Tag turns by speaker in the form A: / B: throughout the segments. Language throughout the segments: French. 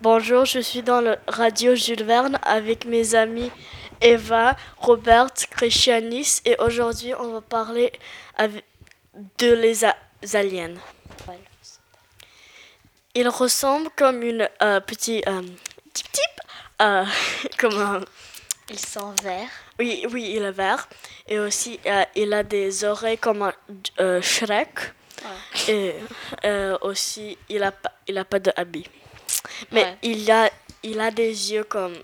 A: Bonjour, je suis dans le radio Jules Verne avec mes amis Eva, Robert, Christianis et aujourd'hui on va parler avec- de les a- aliens. Ils ressemblent comme une euh, petit euh, tip tip, euh, comme un
B: Ils sont verts.
A: oui oui il est vert et aussi euh, il a des oreilles comme un euh, Shrek et euh, aussi il a pas il a pas de habit mais
B: Ouais.
A: il a il a des yeux comme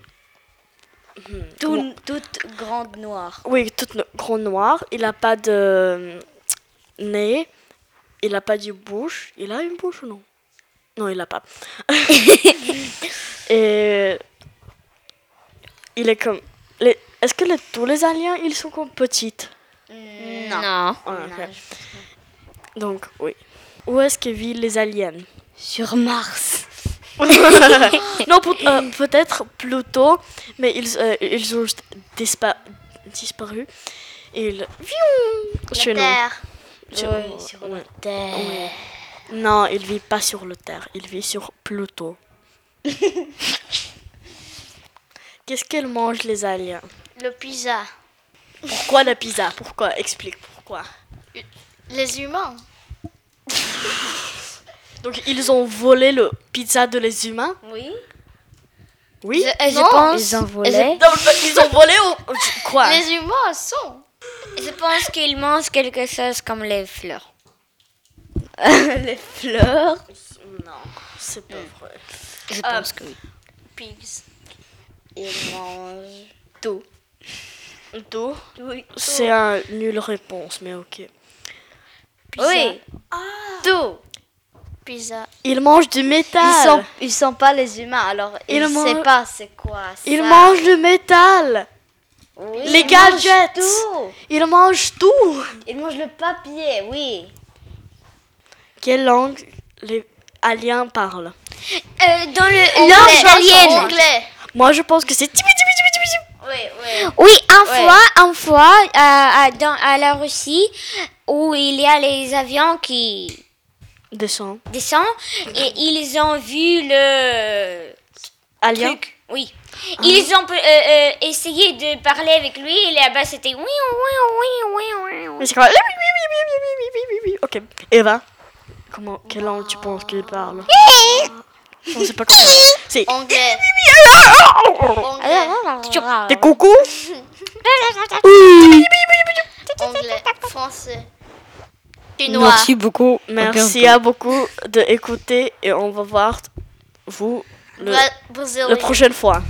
A: hmm,
B: Tout-
A: Bon.
B: Toutes grandes noires.
A: Oui, tout no- gros noir. Il n'a pas de euh, nez. Il n'a pas de bouche. Il a une bouche ou non Non, il n'a pas. Et euh, il est comme. les- Est-ce que les- tous les aliens, ils sont comme petites
C: Hmm.
B: Non.
A: Ah, ok. Donc, oui. Où est-ce que vivent les aliens
B: Sur Mars.
A: Non, peut- euh, peut-être Pluto, mais ils, euh, ils ont juste dispa- disparu. Ils. Viou Chez nous. Sur-
B: Oui, sur
A: ouais.
B: la Terre.
A: Non, il vit pas sur le Terre, il vit sur Pluto. Qu'est-ce qu'elles mangent les aliens
C: Le pizza.
A: Pourquoi la pizza Pourquoi Explique pourquoi.
C: Les humains.
A: Donc ils ont volé le pizza de les humains
B: Oui.
A: Oui.
C: Et
B: je euh, pense- Ils en volaient.
A: Non, mais ils ont volé au... quoi
C: Les humains sont.
B: Je pense qu'ils mangent quelque chose comme les fleurs. les fleurs
A: Non, c'est pas vrai.
B: Je
A: Ah.
B: pense que oui.
C: Pigs.
B: Ils mangent tout.
A: Tout
B: Oui.
A: C'est un nulle réponse, mais ok.
B: Oui. Tout.
C: Ah. Pizza.
A: Ils mangent du métal.
B: Ils sont, ils sont pas les humains, alors
A: Ils
B: ils ne
A: mangent-
B: savent pas c'est quoi.
A: Ils
B: ça.
A: mangent du métal.
B: Oui,
A: les
B: ils
A: gadgets.
B: mangent
A: Ils mangent tout.
B: tout. Ils mangent le papier, oui.
A: Quelle langue les aliens parlent
B: dans le
C: En anglais.
A: Moi, je pense que c'est tibi, tibi, tibi, tibi, tibi.
B: Oui, oui.
D: Oui, un
B: Ouais.
D: fois, un fois, euh, à, dans, à la Russie, où il y a les avions qui
A: Descends.
D: descendent, et ils ont vu le
A: Alien.
D: Oui. Ils ont euh, euh, essayé de parler avec lui, et là-bas, c'était oui, oui, oui, oui, oui.
A: Mais c'est quoi Oui, oui, oui, oui, oui, oui, oui, oui, oui, oui. Ok. Eva, comment, quelle langue tu penses qu'il parle On sait pas comment. C'est.
B: Euh.
C: Anglais. Anglais.
D: ah,
A: T'es coucou
C: Anglais. Français. Chinois.
B: beaucoup.
A: Merci à beaucoup d'écouter et on va voir vous le,
C: Bra- Brésilien.
A: la prochaine fois.